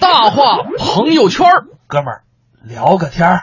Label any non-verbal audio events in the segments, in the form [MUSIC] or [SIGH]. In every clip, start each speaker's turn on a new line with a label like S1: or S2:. S1: 大话朋友圈儿，
S2: 哥们儿聊个天儿。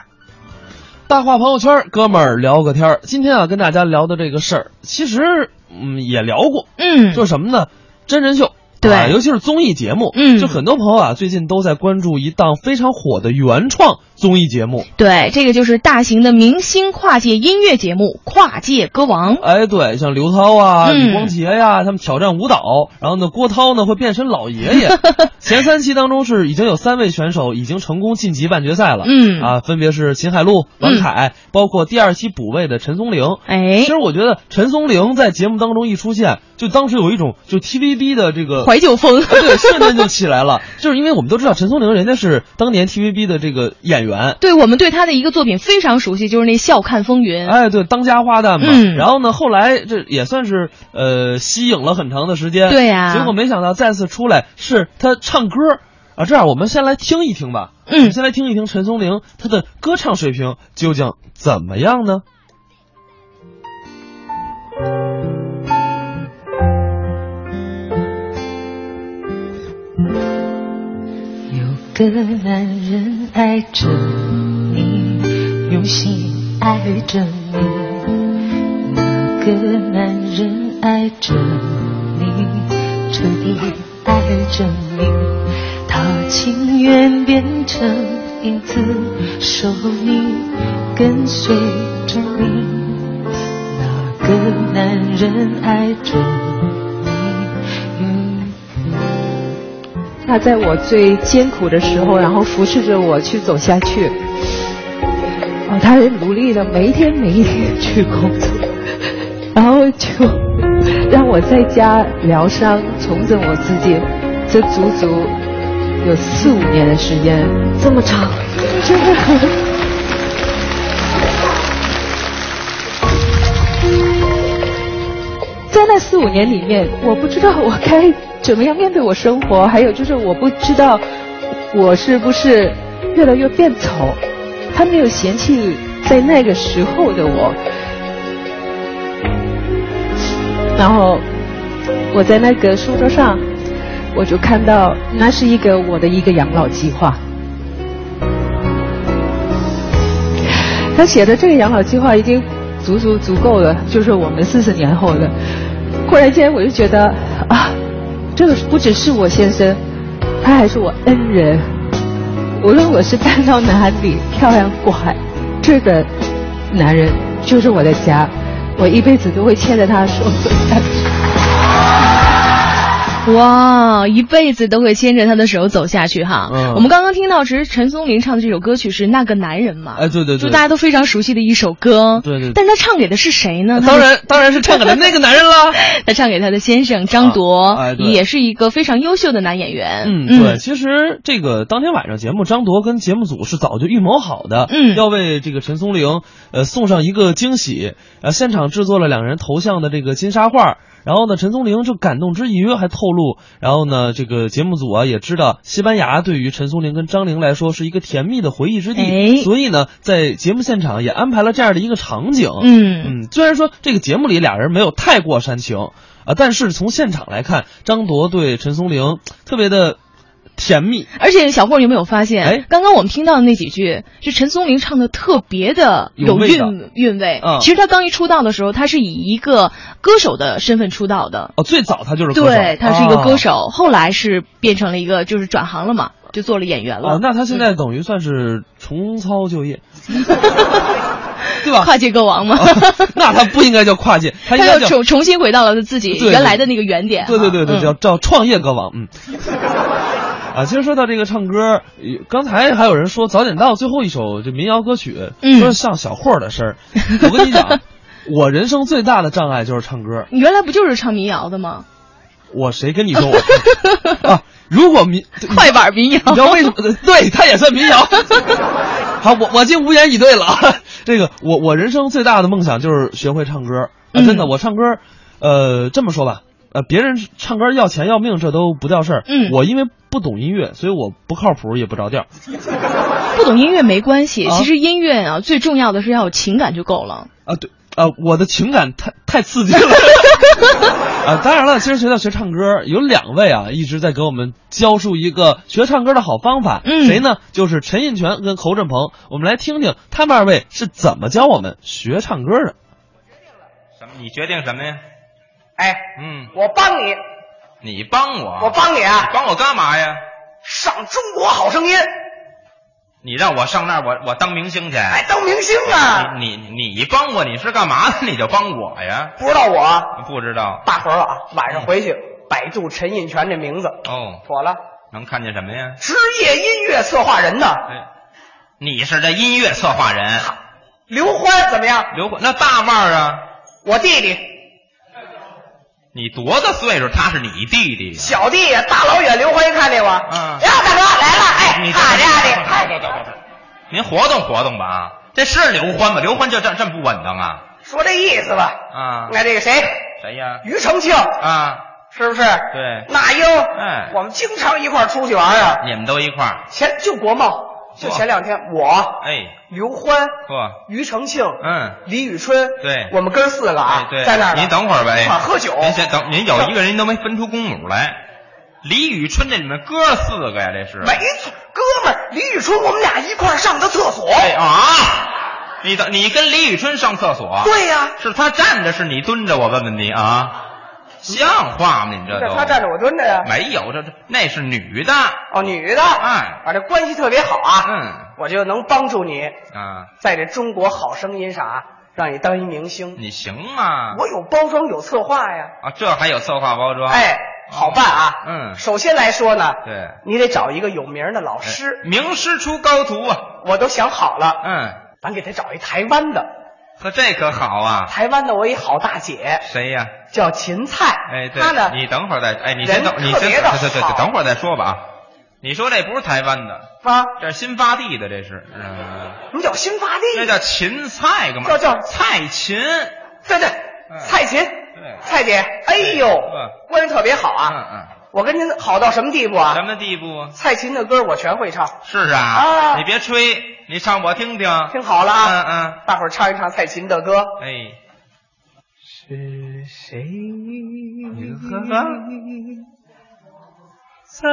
S1: 大话朋友圈儿，哥们儿聊个天儿。今天啊，跟大家聊的这个事儿，其实嗯也聊过，
S3: 嗯，
S1: 就是什么呢？真人秀。
S3: 对
S1: 啊尤其是综艺节目，
S3: 嗯
S1: 就很多朋友啊，最近都在关注一档非常火的原创综艺节目，
S3: 对，这个就是大型的明星跨界音乐节目《跨界歌王》。
S1: 哎，对，像刘涛啊、
S3: 嗯
S1: 李光洁呀、他们挑战舞蹈，然后呢，郭涛呢会变身老
S3: [LAUGHS]
S1: 爷爷。前三期当中是已经有三位选手已经成功晋级半决赛了，
S3: 嗯
S1: 啊，分别是秦海璐、王凯，包括第二期补位的陈松伶。
S3: 哎
S1: 其，实我觉得陈松伶在节目当中一出现，就当时有一种就 TVB 的这个
S3: 怀旧风。
S1: 哎 [LAUGHS] 对，瞬间就起来了，就是因为我们都知道陈松伶人家是当年 TVB 的这个演员，
S3: 对我们对他的一个作品非常熟悉，就是那《笑看风云》。
S1: 哎，对，当家花旦嘛。
S3: 嗯
S1: 然后呢，后来这也算是呃吸引了很长的时间。
S3: 对呀
S1: 结果没想到再次出来是他唱歌啊。这样，我们先来听一听吧。
S3: 嗯
S1: 我们先来听一听陈松伶她的歌唱水平究竟怎么样呢？
S4: 有个男人爱着你，用心爱着你。那个男人爱着你，彻底爱着你。他情愿变成影子，守你，跟随着你。那个男人爱着你，用
S5: 他在我最艰苦的时候，然后扶持着我去走下去。哦，他很努力的，每一天每一天去工作，然后就让我在家疗伤，重整我自己。这足足有四五年的时间，这么长，真的很。在那四五年里面，我不知道我该怎么样面对我生活，还有就是我不知道我是不是越来越变丑。他没有嫌弃在那个时候的我，然后我在那个书桌上，我就看到那是一个我的一个养老计划。他写的这个养老计划已经足足足够了，就是我们四十年后的。忽然间我就觉得啊，这个不只是我先生，他还是我恩人。无论我是搬到哪里，漂洋过海，这个男人就是我的家，我一辈子都会牵着他的手走下去。
S3: 哇，一辈子都会牵着他的手走下去哈。
S1: 嗯
S3: 我们刚刚听到，其实陈松伶唱的这首歌曲是《那个男人》嘛，
S1: 哎，对对
S3: 就
S1: 对，
S3: 大家都非常熟悉的一首歌。
S1: 对对对
S3: 但他唱给的是谁呢？
S1: 当然当然是唱给了那个男人啦。
S3: [LAUGHS] 他唱给他的先生张
S1: 啊
S3: 铎，
S1: 哎对
S3: 也是一个非常优秀的男演员。
S1: 嗯，对，，其实这个当天晚上节目，张铎跟节目组是早就预谋好的，
S3: 嗯
S1: 要为这个陈松伶呃送上一个惊喜，呃，现场制作了两人头像的这个金沙画。然后呢，陈松伶就感动之余还透露，然后呢，这个节目组啊也知道西班牙对于陈松伶跟张玲来说是一个甜蜜的回忆之地，
S3: 哎
S1: 所以呢，在节目现场也安排了这样的一个场景。
S3: 嗯，
S1: 嗯，虽然说这个节目里俩人没有太过煽情啊，但是从现场来看，张铎对陈松伶特别的甜蜜。
S3: 而且小霍，你有没有发现？
S1: 哎
S3: 刚刚我们听到的那几句，是陈松伶唱的特别的
S1: 有
S3: 有
S1: 味
S3: 韵
S1: 道
S3: 韵味。
S1: 嗯
S3: 其实她刚一出道的时候，她是以一个歌手的身份出道的，
S1: 哦，最早他就是歌手，
S3: 对，她是一个歌
S1: 啊。
S3: 手，后来是变成了一个就是转行了嘛，就做了演员了。
S1: 哦，那他现在等于算是重操旧业， [LAUGHS] 对吧？
S3: 跨界歌王嘛，
S1: 那他不应该叫跨界，他应
S3: [LAUGHS] 他
S1: 该
S3: 又
S1: 叫
S3: 重重新回到了他自己
S1: 对
S3: 原来的那个原点哈。
S1: 对对对对，
S3: 嗯
S1: 叫叫创业歌王，嗯。 [LAUGHS] 啊，其实说到这个唱歌，呃刚才还有人说《早点到》最后一首这民谣歌曲，
S3: 嗯
S1: 说像小霍的声儿。我跟
S3: [LAUGHS]
S1: 你讲，啊我人生最大的障碍就是唱歌。
S3: 你原来不就是唱民谣的吗？
S1: 我谁跟你说
S3: [LAUGHS]
S1: 我啊？如果民，
S3: 快板民谣。
S1: 你知道
S3: [LAUGHS]
S1: 为什么？对，它也算民谣。 [LAUGHS] 好，我我竟无言以对了。 [LAUGHS] 这个，我我人生最大的梦想就是学会唱歌。啊、
S3: 嗯
S1: 真的，我唱歌，呃，这么说吧，呃，别人唱歌要钱要命，这都不叫事儿。
S3: 嗯
S1: 我因为不懂音乐，所以我不靠谱，也不着调。
S3: 不懂音乐没关系，
S1: 啊
S3: 其实音乐啊，最重要的是要有情感就够了。
S1: 啊，对，啊，我的情感太太刺激了。啊，当然了，其实学校学唱歌有两位啊，一直在给我们教授一个学唱歌的好方法。
S3: 嗯
S1: 谁呢？就是陈印泉跟侯振鹏。我们来听听他们二位是怎么教我们学唱歌的。
S6: 什么？你决定什么呀？
S7: 哎，
S6: 嗯，
S7: 我帮你，
S6: 你帮我，
S7: 我帮你啊
S6: 你帮我干嘛呀？
S7: 上《中国好声音》，
S6: 你让我上那儿，我我当明星去。
S7: 哎，当明星啊！
S6: 你你你帮我，你是干嘛 [LAUGHS] 的？你就帮我呀？
S7: 不知道我，
S6: 不知道嗯
S7: 大伙儿啊，晚上回去百度陈印泉这名字，
S6: 哦，
S7: 妥了，
S6: 能看见什么呀？
S7: 职业音乐策划人呢，
S6: 哎，你是这音乐策划人，
S7: 刘欢怎么样？
S6: 刘那大腕儿啊，
S7: 我弟弟，
S6: 你多大岁数？他是你弟弟呀。
S7: 小弟呀，大老远刘欢一看见我，
S6: 嗯
S7: 呀，大哥来了，哎，
S6: 你
S7: 大家的，哎
S6: 等 [LAUGHS] 等等等，您活动活动吧啊！这是刘欢吗？刘欢就这这么不稳当啊
S7: 说这意思吧，
S6: 啊！
S7: 那这个谁，
S6: 谁呀？
S7: 庾澄庆
S6: 啊，
S7: 是不是？
S6: 对
S7: 那英，
S6: 哎
S7: 我们经常一块儿出去玩啊，
S6: 你们都一块儿，
S7: 前就国贸，就
S6: 嚯
S7: 前两天我
S6: 哎，
S7: 刘欢。
S6: 呵，
S7: 庾澄庆，
S6: 嗯，
S7: 李宇春，
S6: 对
S7: 我们哥四个啊
S6: 哎，，对，
S7: 在那儿呢。
S6: 您等会儿哎呗，
S7: 一块儿喝酒。
S6: 您先等，您有一个人您都没分出公母来，李宇春这你们哥四个呀，这是
S7: 没错，哥们儿，李宇春，我们俩一块儿上的厕所。
S6: 哎啊！你等你跟李宇春上厕所，
S7: 对呀，
S6: 是他站着，是你蹲着？我问问你啊，像话吗？你这都
S7: 那他站着，我蹲着呀。
S6: 没有，这这那是女的，啊
S7: 哦，女的，
S6: 哎
S7: 反正关系特别好啊。
S6: 嗯，
S7: 我就能帮助你
S6: 啊，
S7: 在这中国好声音上啊，让你当一明星。
S6: 你行吗？
S7: 我有包装，有策划呀。
S6: 啊，这还有策划包装，，
S7: 哎，好办啊。
S6: 嗯
S7: 首先来说呢，
S6: 对，
S7: 你得找一个有名儿的老师，
S6: 哎名师出高徒啊，
S7: 我都想好了，
S6: 嗯。
S7: 咱给他找一台湾的。
S6: 呵，这可好啊！
S7: 台湾的我一好大姐
S6: 谁呀？
S7: 叫芹菜，
S6: 哎，对，
S7: 她呢，
S6: 你等会儿再，哎，你先
S7: 人
S6: 等，你
S7: 特
S6: 先
S7: 别
S6: 等，
S7: 的
S6: 对对对，
S7: 好
S6: 等会儿再说吧啊。你说这不是台湾的，
S7: 啊，
S6: 这是新发地的，这是，嗯，
S7: 你叫新发
S6: 那
S7: 地，
S6: 叫芹菜干嘛？
S7: 叫叫
S6: 蔡琴，
S7: 对对，
S6: 嗯
S7: 蔡琴，
S6: 对
S7: 蔡姐，哎呦
S6: 嗯，
S7: 关系特别好啊，
S6: 嗯
S7: 我跟您好到什么地步
S6: 嗯，什
S7: 啊？
S6: 么地步啊？
S7: 蔡琴的歌我全会唱，
S6: 试试啊！
S7: 啊
S6: 你别吹，你唱我听听。
S7: 听好了
S6: 嗯
S7: 啊，
S6: 嗯，
S7: 大伙儿唱一唱蔡琴的歌，
S6: 哎，
S2: 是谁
S6: 呵呵
S2: 在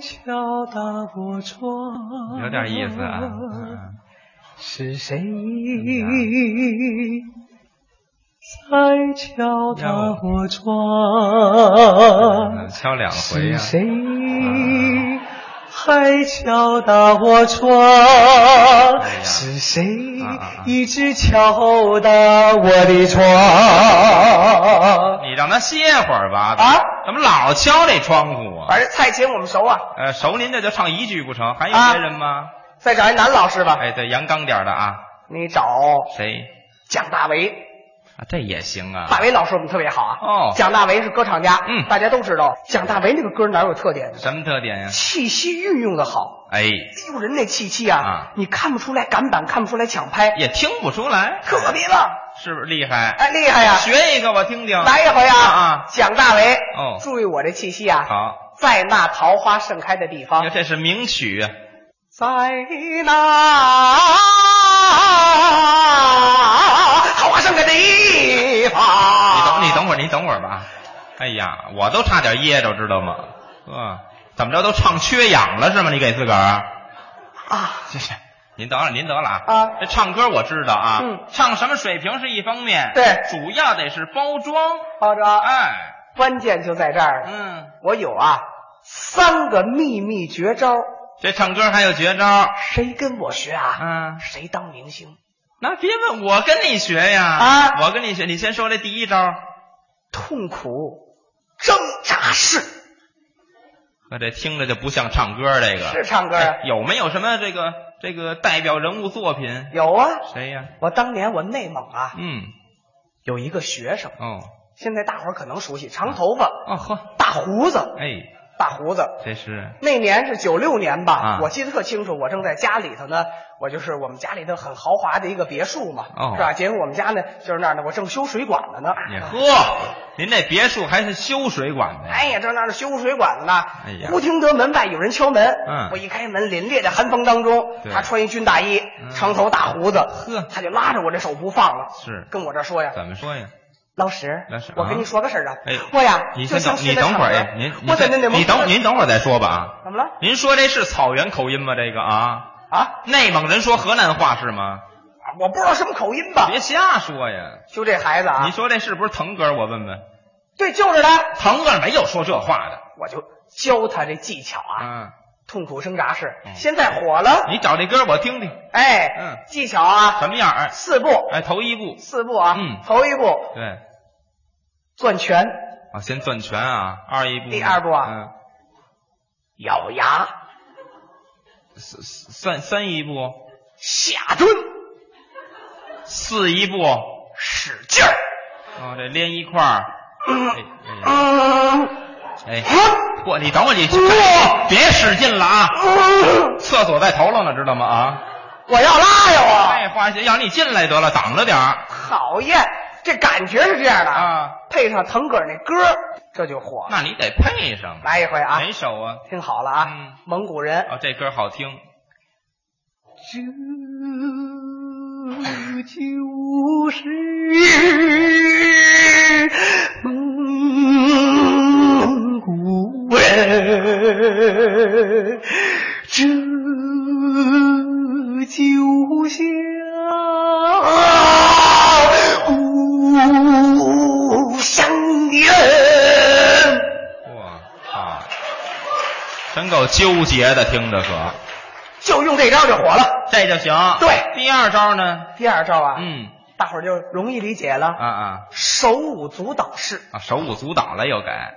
S2: 敲打我窗？
S6: 有点意思啊。嗯
S2: 是谁
S6: 嗯
S2: 在敲打
S6: 要
S2: 我
S6: 嗯，
S2: 窗？
S6: 敲两回
S2: 是
S6: 呀、
S2: 谁
S6: 嗯
S2: 还敲打我窗？
S6: 呀
S2: 是谁
S6: 啊啊啊
S2: 一直敲打我的窗？
S6: 你让他歇会儿吧。
S7: 啊
S6: 怎么老敲这窗户啊？
S7: 反正蔡琴我们熟啊，
S6: 呃，熟您这就唱一句不成？还有
S7: 啊
S6: 别人吗？
S7: 再找一男老师吧，
S6: 哎，对，阳刚点儿的啊，
S7: 你找
S6: 谁？
S7: 蒋大为，
S6: 啊，这也行啊。
S7: 大为老师我们特别好啊，
S6: 哦
S7: 蒋大为是歌唱家，
S6: 嗯
S7: 大家都知道，蒋大为那个歌哪有特点呢？
S6: 什么特点呀、
S7: 气息运用的好。
S6: 哎，
S7: 丢人那气息啊，
S6: 啊
S7: 你看不出来赶板，看不出来抢拍，
S6: 也听不出来，
S7: 特别棒，
S6: 是不是厉害？
S7: 哎，厉害呀、
S6: 学一个我听听。
S7: 来一回啊！
S6: 啊啊
S7: 蒋大为，
S6: 哦
S7: 注意我这气息啊！
S6: 好，
S7: 在那桃花盛开的地
S6: 你看
S7: 方，
S6: 这是名曲啊。
S7: 在啊那桃花盛开的地
S6: 你等
S7: 方，
S6: 你等会儿，你等会儿吧。哎呀，我都差点噎着，知道吗？嗯，怎么着都唱缺氧了是吗？你给自个儿，
S7: 啊！
S6: 这是您得了，您得了啊！
S7: 啊
S6: 这唱歌我知道啊，
S7: 嗯
S6: 唱什么水平是一方面，
S7: 对
S6: 主要得是包装。
S7: 包装，
S6: 哎，
S7: 关键就在这儿了。
S6: 嗯，
S7: 我有啊三个秘密绝招，
S6: 这唱歌还有绝招，
S7: 谁跟我学啊，
S6: 嗯，
S7: 谁当明星。
S6: 那别问我跟你学呀，
S7: 啊
S6: 我跟你学，你先说这第一招，
S7: 痛苦挣扎式
S6: 我这听着就不像唱歌这个。
S7: 是唱歌啊
S6: 哎？有没有什么这个这个代表人物作品？
S7: 有啊，
S6: 谁呀？
S7: 我当年我内蒙啊
S6: 嗯，
S7: 有一个学生，
S6: 哦
S7: 现在大伙儿可能熟悉，长头发，
S6: 哦呵，
S7: 大胡子，
S6: 哎。
S7: 大胡子。
S6: 这是
S7: 那年是九六年吧
S6: 啊，
S7: 我记得特清楚。我正在家里头呢，我就是我们家里头很豪华的一个别墅嘛，
S6: 哦
S7: 是吧？结果我们家呢就是那儿呢，我正修水管子呢。啊
S6: 你呵，您这别墅还是修水管的呀？
S7: 哎呀，正那儿修水管子呢，
S6: 哎呀
S7: 忽听得门外有人敲门。
S6: 嗯
S7: 我一开门，凛冽的寒风当中，
S6: 对
S7: 他穿一军大衣，
S6: 嗯
S7: 长头大胡子，
S6: 呵
S7: 他就拉着我这手不放了，
S6: 是
S7: 跟我这说呀，
S6: 怎么说呀？
S7: 老史，
S6: 老史
S7: 我跟
S6: 啊
S7: 你说个事儿啊
S6: 哎，
S7: 我呀
S6: 你
S7: 就
S6: 先等，你
S7: 想学那
S6: 等
S7: 什
S6: 会
S7: 么
S6: 儿，
S7: 了
S6: 哎，您
S7: 我
S6: 先
S7: 怎么那
S6: 你等，您等会儿再说吧啊。
S7: 怎么了
S6: 您说这是草原口音吗？这个啊，
S7: 啊？
S6: 内蒙人说河南话是吗？
S7: 我不知道什么口音吧？
S6: 别瞎说呀！
S7: 就这孩子啊
S6: 你，说这是不是腾格尔？我问问，
S7: 对，就是他，
S6: 腾格尔没有说这话的。
S7: 我就教他这技巧啊，
S6: 嗯，
S7: 痛苦挣扎式，
S6: 嗯
S7: 现在火了，
S6: 你找这歌我听听
S7: 哎，
S6: 嗯
S7: 技巧啊，
S6: 什么样？哎，
S7: 四步，
S6: 哎，头一步，
S7: 四步啊，
S6: 嗯
S7: 头一步
S6: 对
S7: 攥拳，
S6: 啊，先攥拳啊，二一步呢，
S7: 第二步啊
S6: 嗯，
S7: 咬牙
S6: 三三三一步，
S7: 下蹲，
S6: 四一步，
S7: 使劲儿，
S6: 哦，这连一块
S7: [CLEARS THROAT]
S6: 儿，哎哎
S7: 嗯，
S6: 哎，
S7: 啊
S6: 嚯，你等会儿你别使劲了啊，厕所在头了呢，知道吗？啊，
S7: 我要拉呀
S6: 哎，花心，让你进来得了，挡着点儿
S7: 我，讨厌，这感觉是这样的，
S6: 啊，
S7: 配上腾格尔那歌，这就火了。
S6: 那你得配上，
S7: 来一回啊，
S6: 哪首啊？
S7: 听好了啊，
S6: 嗯
S7: 蒙古人
S6: 哦，这歌好听，
S7: 这就是蒙古人，这就像故乡的人。
S6: 哇啊，真够纠结的，听着可，
S7: 就用这招就火了。
S6: 这就行。
S7: 对
S6: 啊第二招呢？
S7: 第二招啊，
S6: 嗯，
S7: 大伙儿就容易理解了。
S6: 啊啊
S7: 手舞足蹈式。
S6: 啊，手舞足蹈了又改，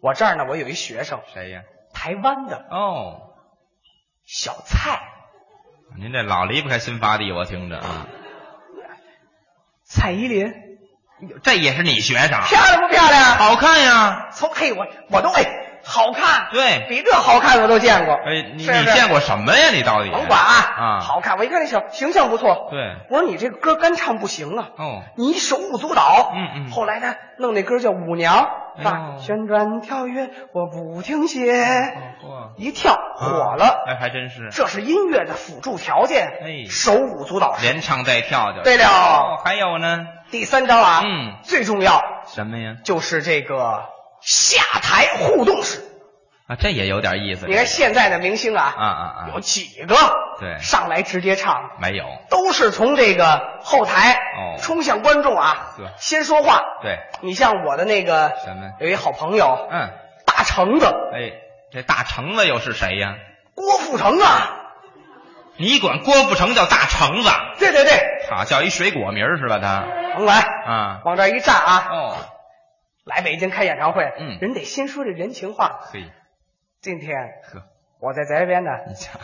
S7: 我这儿呢，我有一学生，
S6: 谁呀？
S7: 台湾的
S6: 哦，
S7: 小蔡
S6: 您这老离不开新发地，我听着啊，
S7: 蔡依林，
S6: 这也是你学生，
S7: 漂亮不漂亮？
S6: 好看呀。
S7: 从嘿，我我都哎，好看，
S6: 对
S7: 比这好看我都见过。
S6: 哎，你
S7: 是不是
S6: 你见过什么呀？你到底
S7: 甭管啊，
S6: 啊？
S7: 好看。我一看那小形象不错，
S6: 对，
S7: 我说你这歌干唱不行啊，
S6: 哦，
S7: 你手舞足蹈。
S6: 嗯嗯
S7: 后来呢，弄那歌叫《舞娘》，是
S6: 哎呦
S7: 吧？旋转跳跃，我不停歇，
S6: 哦
S7: 一跳
S6: 嚯
S7: 火了。
S6: 哎，还真是，
S7: 这是音乐的辅助条件，
S6: 哎
S7: 手舞足蹈。
S6: 连唱带跳就。哦
S7: 对了，，
S6: 还有呢？
S7: 第三招啊，
S6: 嗯，
S7: 最重要
S6: 什么呀？
S7: 就是这个下台互动式。
S6: 啊，这也有点意思。
S7: 你看现在的明星啊，
S6: 啊啊
S7: 有几个
S6: 对
S7: 上来直接唱，
S6: 啊，没有。
S7: 都是从这个后台
S6: 哦
S7: 冲向观众啊，
S6: 是
S7: 先说话。
S6: 对，
S7: 你像我的那个
S6: 什么
S7: 有一好朋友
S6: 嗯，
S7: 大橙子
S6: 哎，这大橙子又是谁呀？
S7: 郭富城啊，
S6: 你管郭富城叫大橙子，
S7: 对对对，
S6: 好叫一水果名儿是吧？他
S7: 甭管
S6: 啊，
S7: 往这儿一站啊，
S6: 哦，
S7: 来北京开演唱会，
S6: 嗯
S7: 人得先说这人情话。
S6: 嘿
S7: 今天
S6: 呵，
S7: 我在这边呢，
S6: 你瞧，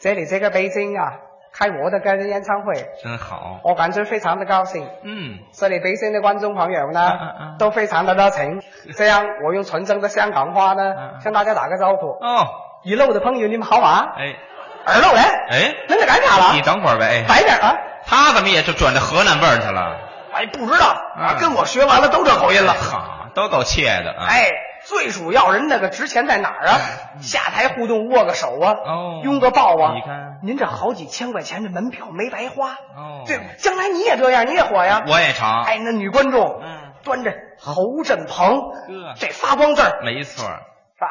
S7: 这里这个北京啊，开我的个人演唱会，
S6: 真好。
S7: 我感觉非常的高兴。
S6: 嗯，
S7: 这里北京的观众朋友呢，
S6: 啊啊啊
S7: 都非常的
S6: [LAUGHS]
S7: 热情。这样，我用纯正的香港话呢，
S6: 啊啊
S7: 向大家打个招呼。
S6: 哦，
S7: 一路的朋友，你们好吗？
S6: 哎
S7: 耳朵人，
S6: 哎，
S7: 恁在干啥
S6: 你
S7: 了？
S6: 等会儿呗。哎
S7: 白点啊！
S6: 他怎么也就转到河南味儿去了？
S7: 哎，不知道
S6: 啊
S7: 跟我学完了都这口音了。
S6: 好，都够怯的啊。，
S7: 哎，最主要人那个值钱在哪儿啊？下台互动，握个手啊，
S6: 哎哦
S7: 拥个抱啊。
S6: 你看
S7: 您这好几千块钱的门票没白花，
S6: 哦，
S7: 对，将来你也这样，你也火呀。
S6: 我也尝。
S7: 哎，那女观众，
S6: 嗯，
S7: 端着侯振鹏
S6: 呵，
S7: 这发光字儿
S6: 没错儿，
S7: 是吧？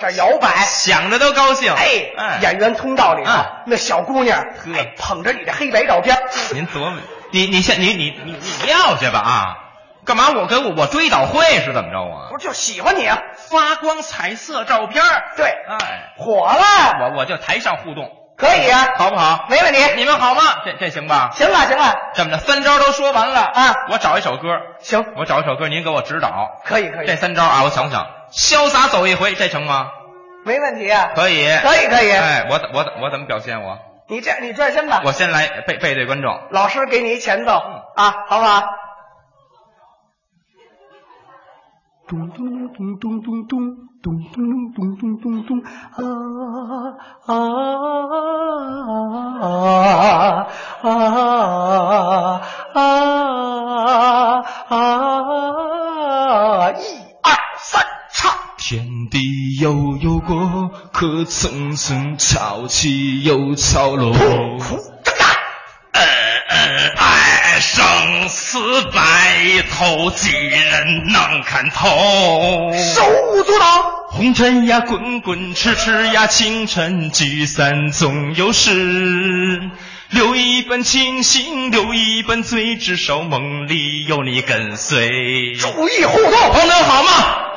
S7: 这这摇摆，
S6: 想着都高兴。
S7: 哎，演员通道里头
S6: 嗯
S7: 那小姑娘，
S6: 呵嗯
S7: 哎，捧着你的黑白照片，
S6: 您琢磨，你你先你你你你不要去吧啊！干嘛我跟我我追悼会是怎么着啊
S7: 不？是就喜欢你啊？
S6: 发光彩色照片儿
S7: 对，
S6: 哎，
S7: 火了，
S6: 我我就台上互动，
S7: 可以啊，
S6: 好不好？
S7: 没问题。
S6: 你们好吗？这这行吧？
S7: 行了，行了，
S6: 这么着，三招都说完了
S7: 啊
S6: 我找一首歌，
S7: 行，
S6: 我找一首歌，您给我指导。
S7: 可以，可以
S6: 这，三招啊，我想想，潇洒走一回，这成吗？
S7: 没问题啊。
S6: 可以，
S7: 可以可以
S6: 哎，我怎我怎我怎么表现我？
S7: 你这你转身吧，
S6: 我嗯先来背背对观众，
S7: 老师给你一前奏啊，好不好？咚咚咚咚咚咚咚咚咚咚咚咚啊啊啊啊啊啊！一二三，唱。
S8: 天地悠悠过，可曾曾潮起又潮落？
S7: 苦挣扎，呃呃，爱是
S6: 生死白头，几人能看透？
S7: 手舞足蹈，
S6: 红尘呀，滚滚痴痴呀，情尘聚散总有时。留一半清醒，留一半醉，至少梦里有你跟随。
S7: 注意互动。
S6: 朋友们好吗？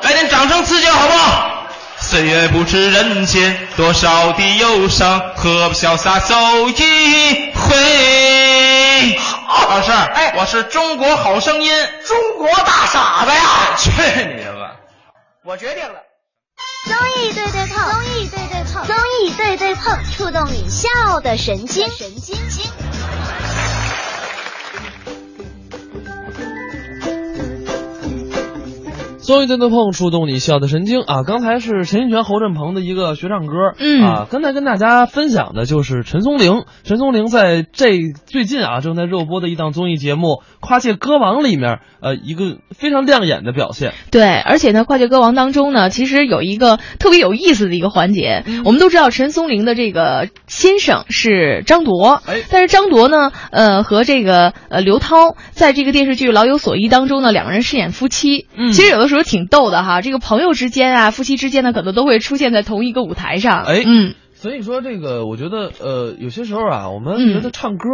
S6: 来点掌声刺激好不好？岁月不知人间多少的忧伤，何不潇洒走一回？
S2: 哦
S6: 老师，哎，我是中国好声音，
S7: 中国大傻子呀！
S6: [LAUGHS] 去你的吧！
S7: 我决定了。
S9: 综艺对对碰，综艺对对碰，综艺对对碰，触动你笑的神经，神经经。
S1: 综艺对对碰，触动你笑的神经啊！刚才是陈奕迅、侯振鹏的一个学唱歌，
S3: 嗯
S1: 啊，刚才跟大家分享的就是陈松伶。陈松伶在这最近啊正在热播的一档综艺节目《跨界歌王》里面，呃，一个非常亮眼的表现。
S3: 对，而且呢，《跨界歌王》当中呢，其实有一个特别有意思的一个环节。
S1: 嗯
S3: 我们都知道陈松伶的这个先生是张铎，
S1: 哎
S3: 但是张铎呢，呃，和这个呃刘涛在这个电视剧《老有所依》当中呢，两个人饰演夫妻。
S1: 嗯
S3: 其实有的时候挺逗的哈，这个朋友之间啊，夫妻之间呢，可能都会出现在同一个舞台上。
S1: 哎
S3: 嗯，
S1: 所以说，这个我觉得，呃，有些时候啊，我们觉得唱歌，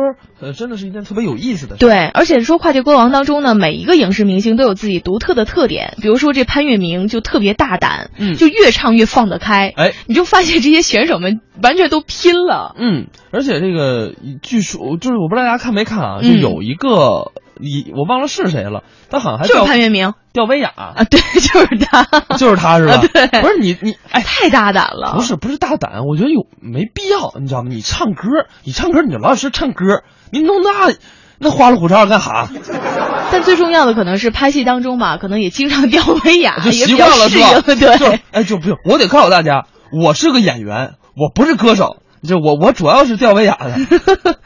S1: 呃，真的是一件特别有意思的事。
S3: 嗯对，而且说《跨界歌王》当中呢，每一个影视明星都有自己独特的特点，比如说这潘粤明就特别大胆，
S1: 嗯
S3: 就越唱越放得开，
S1: 哎，
S3: 你就发现这些选手们完全都拼了。
S1: 嗯，而且这个据说就是我不知道大家看没看啊，就
S3: 嗯
S1: 有一个一我忘了是谁了，他好像哦还
S3: 就是
S1: 叫
S3: 潘粤明
S1: 吊威亚，
S3: 啊，对，就是他， [LAUGHS]
S1: 就是他是吧？
S3: 啊对
S1: 不是你你哎。
S3: 太大胆了。
S1: 不是不是大胆，我觉得有没必要，你知道吗？你唱歌，你唱歌，你就老老实实唱歌，你弄那那花里胡哨
S3: [LAUGHS]
S1: 干哈？
S3: 但最重要的可能是拍戏当中吧，可能也经常吊威亚，
S1: 就
S3: 也
S1: 习
S3: 比较
S1: 惯了
S3: 适
S1: 是
S3: 应
S1: 吧？。就是
S3: 对，
S1: 哎，就不是，我得告诉大家，我是个演员，我不是歌手，就我我主要是吊威亚的。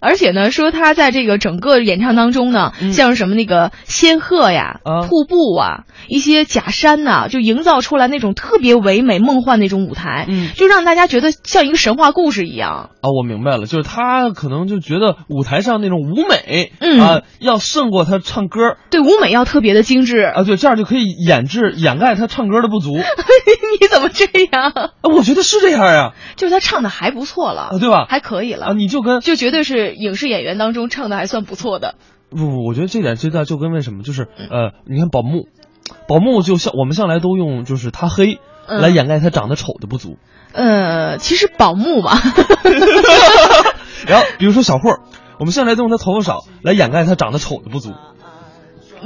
S3: 而且呢，说他在这个整个演唱当中呢，
S1: 嗯
S3: 像是什么那个仙鹤呀、
S1: 啊
S3: 瀑布啊、一些假山呐、就营造出来那种特别唯美、梦幻那种舞台，
S1: 嗯
S3: 就让大家觉得像一个神话故事一样。
S1: 啊，我明白了，就是他可能就觉得舞台上那种舞美，
S3: 嗯
S1: 啊，要胜过他唱歌
S3: 对，舞美要特别的精致。
S1: 啊，对，这样就可以掩饰掩盖他唱歌的不足。啊，
S3: [LAUGHS] 你怎么这样？
S1: 我觉得是这样啊，
S3: 就是他唱的还不错了，
S1: 啊，对吧？
S3: 还可以了。
S1: 啊，你就跟
S3: 就绝对是影视演员当中唱的还算不错的，
S1: 不不，我觉得这点最大就跟为什么就是
S3: 嗯
S1: 呃，你看宝木，宝木就像我们向来都用就是他黑
S3: 嗯
S1: 来掩盖他长得丑的不足。
S3: 呃，其实宝木嘛，
S1: 然后比如说小霍儿，我们向来都用他头发少来掩盖他长得丑的不足。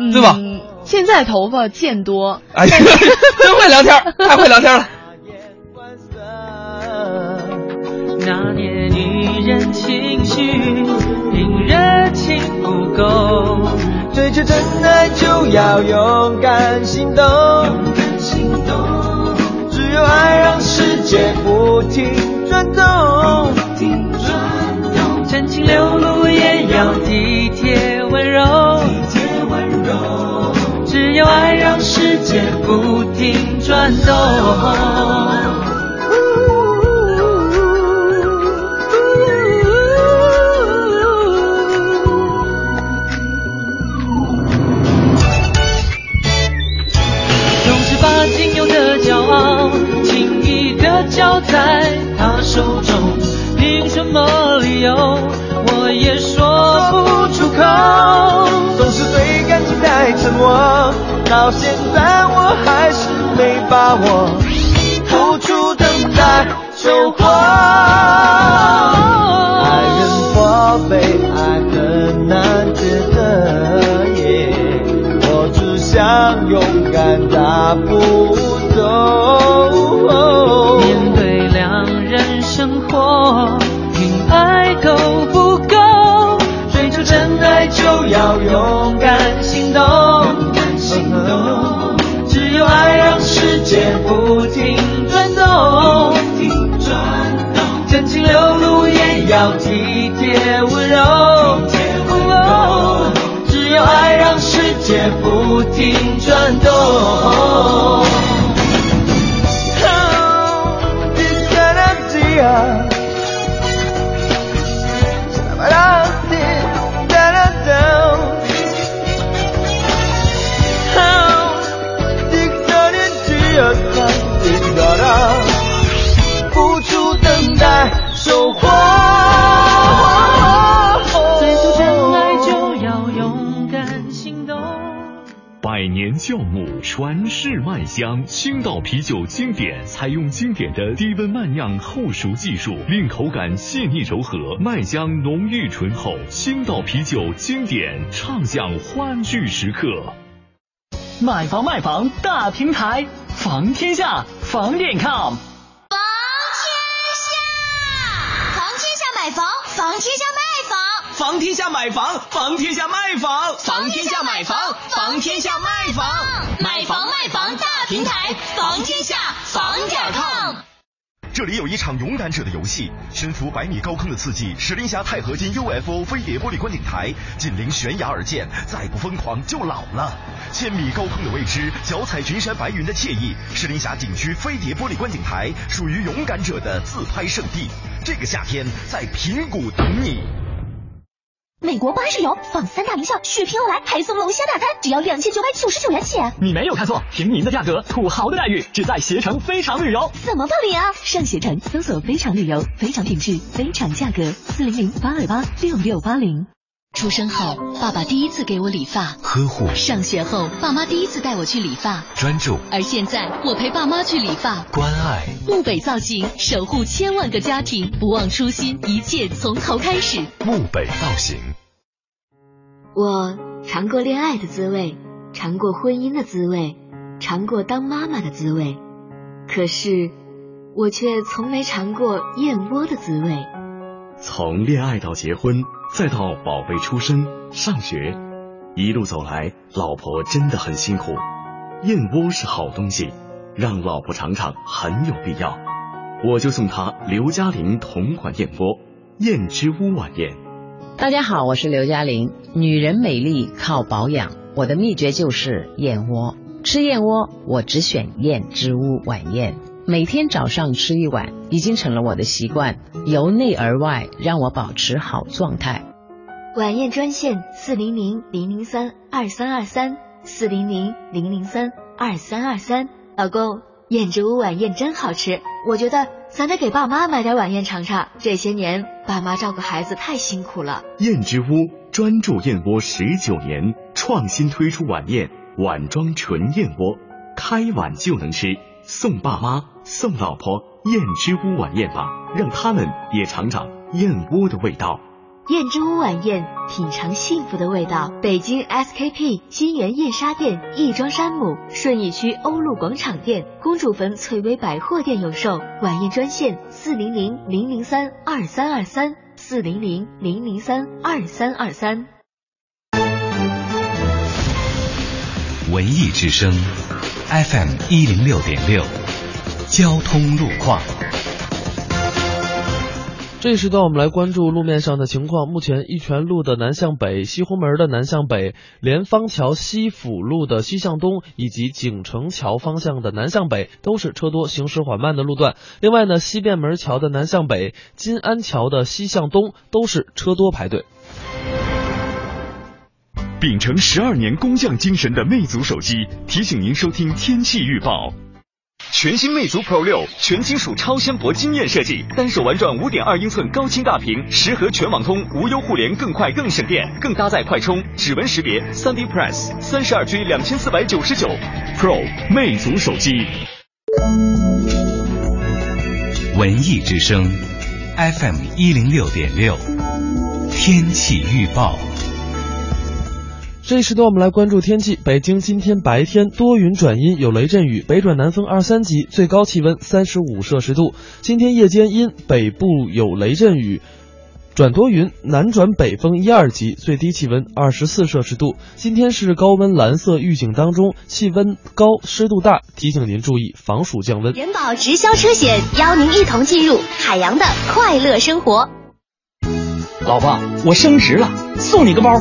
S3: 嗯
S1: [LAUGHS] 对吧？
S3: 现在头发渐多，
S1: 哎呀，真会聊天儿，太会聊天了。
S10: 那年女人情绪，令人情不够。追求真爱就要勇敢行动，行动。只有爱让世界不停转动，转动。真情流露也要体贴温柔，体贴温柔。只有爱让世界不停转动。总是把仅有的骄傲轻易的交在他手中，凭什么理由我也说不出口。总是对感情太沉默，到现在我还是没把握，付出等待收获。爱人或被爱很难抉择，耶我只想勇敢大步走。面对两人生活，明白够不够？追求真爱就要勇敢行动，勇敢行动。只有爱让世界不停转动，转动。真情流露也要体贴温柔，只有爱让世界不停转动。
S11: 酵母传世麦香。青岛啤酒经典采用经典的低温慢酿后熟技术，令口感细腻柔和，麦香浓郁醇厚。青岛啤酒经典，畅享欢聚时刻。
S12: 买房卖房大平台，房天下，房点 com。
S9: 房天下，房天下买房，房天下卖房，
S13: 房天下买房，房天下卖房，
S9: 房天下买房，
S13: 房天下卖房，
S9: 买房卖房大平台，房天下，房点
S10: [LAUGHS]
S9: com。
S14: 这里有一场勇敢者的游戏，悬浮百米高空的刺激，石林峡钛合金 UFO 飞碟玻璃观景台，紧邻悬崖而建，再不疯狂就老了。千米高空的未知，脚踩群山白云的惬意，石林峡景区飞碟玻璃观景台属于勇敢者的自拍圣地。这个夏天在平谷等你。
S15: 美国八十游放三大名校，血拼欧莱，还送龙虾大餐，只要两千九百九十九元起。
S12: 你没有看错，平民的价格，土豪的待遇，只在携程非常旅游。
S15: 怎么报名啊？
S16: 上携程搜索“非常旅游”，非常品质，非常价格，四零零八二八六六八零。
S17: 出生后，爸爸第一次给我理发，
S18: 呵护；
S17: 上学后，爸妈第一次带我去理发，
S18: 专注；
S17: 而现在，我陪爸妈去理发，
S18: 关爱。
S17: 木北造型，守护千万个家庭，不忘初心，一切从头开始。
S18: 木北造型。
S19: 我尝过恋爱的滋味，尝过婚姻的滋味，尝过当妈妈的滋味，可是我却从没尝过燕窝的滋味。
S20: 从恋爱到结婚，再到宝贝出生、上学，一路走来，老婆真的很辛苦。燕窝是好东西，让老婆尝尝很有必要。我就送她刘嘉玲同款燕窝——燕之屋晚宴。
S21: 大家好，我是刘嘉玲。女人美丽靠保养，我的秘诀就是燕窝。吃燕窝，我只选燕之屋晚宴。每天早上吃一碗，已经成了我的习惯，由内而外让我保持好状态。
S19: 晚宴专线四零零零零三二三二三四零零零零三二三二三，老公，燕之屋晚宴真好吃，我觉得咱得给爸妈买点晚宴尝尝。这些年爸妈照顾孩子太辛苦了。
S20: 燕之屋专注燕窝十九年，创新推出晚宴碗装纯燕窝，开碗就能吃。送爸妈，送老婆，燕之屋晚宴吧，让他们也尝尝燕窝的味道。
S19: 燕之屋晚宴，品尝幸福的味道。北京 SKP 金源燕莎店、亦庄山姆、顺义区欧陆广场店、公主坟翠微百货店有售。晚宴专线：四零零零零三二三二三，四零零零零三二三二三。
S11: 文艺之声，FM 一零六点六，交通路况。
S1: 这时段我们来关注路面上的情况。目前一泉路的南向北、西红门的南向北、莲芳桥西辅路的西向东以及景城桥方向的南向北都是车多、行驶缓慢的路段。另外呢，西便门桥的南向北、金安桥的西向东都是车多排队。
S11: 秉承十二年工匠精神的魅族手机提醒您收听天气预报。
S14: 全新魅族 Pro 六，全金属超纤薄惊艳设计，单手玩转五点二英寸高清大屏，十核全网通，无忧互联，更快更省电，更搭载快充、指纹识别、三 D Press，三十二 G 两千四百九十九
S11: ，Pro 魅族手机。文艺之声，FM 一零六点六，天气预报。
S1: 这一时段我们来关注天气。北京今天白天多云转阴，有雷阵雨，北转南风二三级，最高气温三十五摄氏度。今天夜间阴，北部有雷阵雨，转多云，南转北风一二级，最低气温二十四摄氏度。今天是高温蓝色预警当中，气温高，湿度大，提醒您注意防暑降温。
S9: 人保直销车险邀您一同进入海洋的快乐生活。
S22: 老婆，我升职了，送你个包。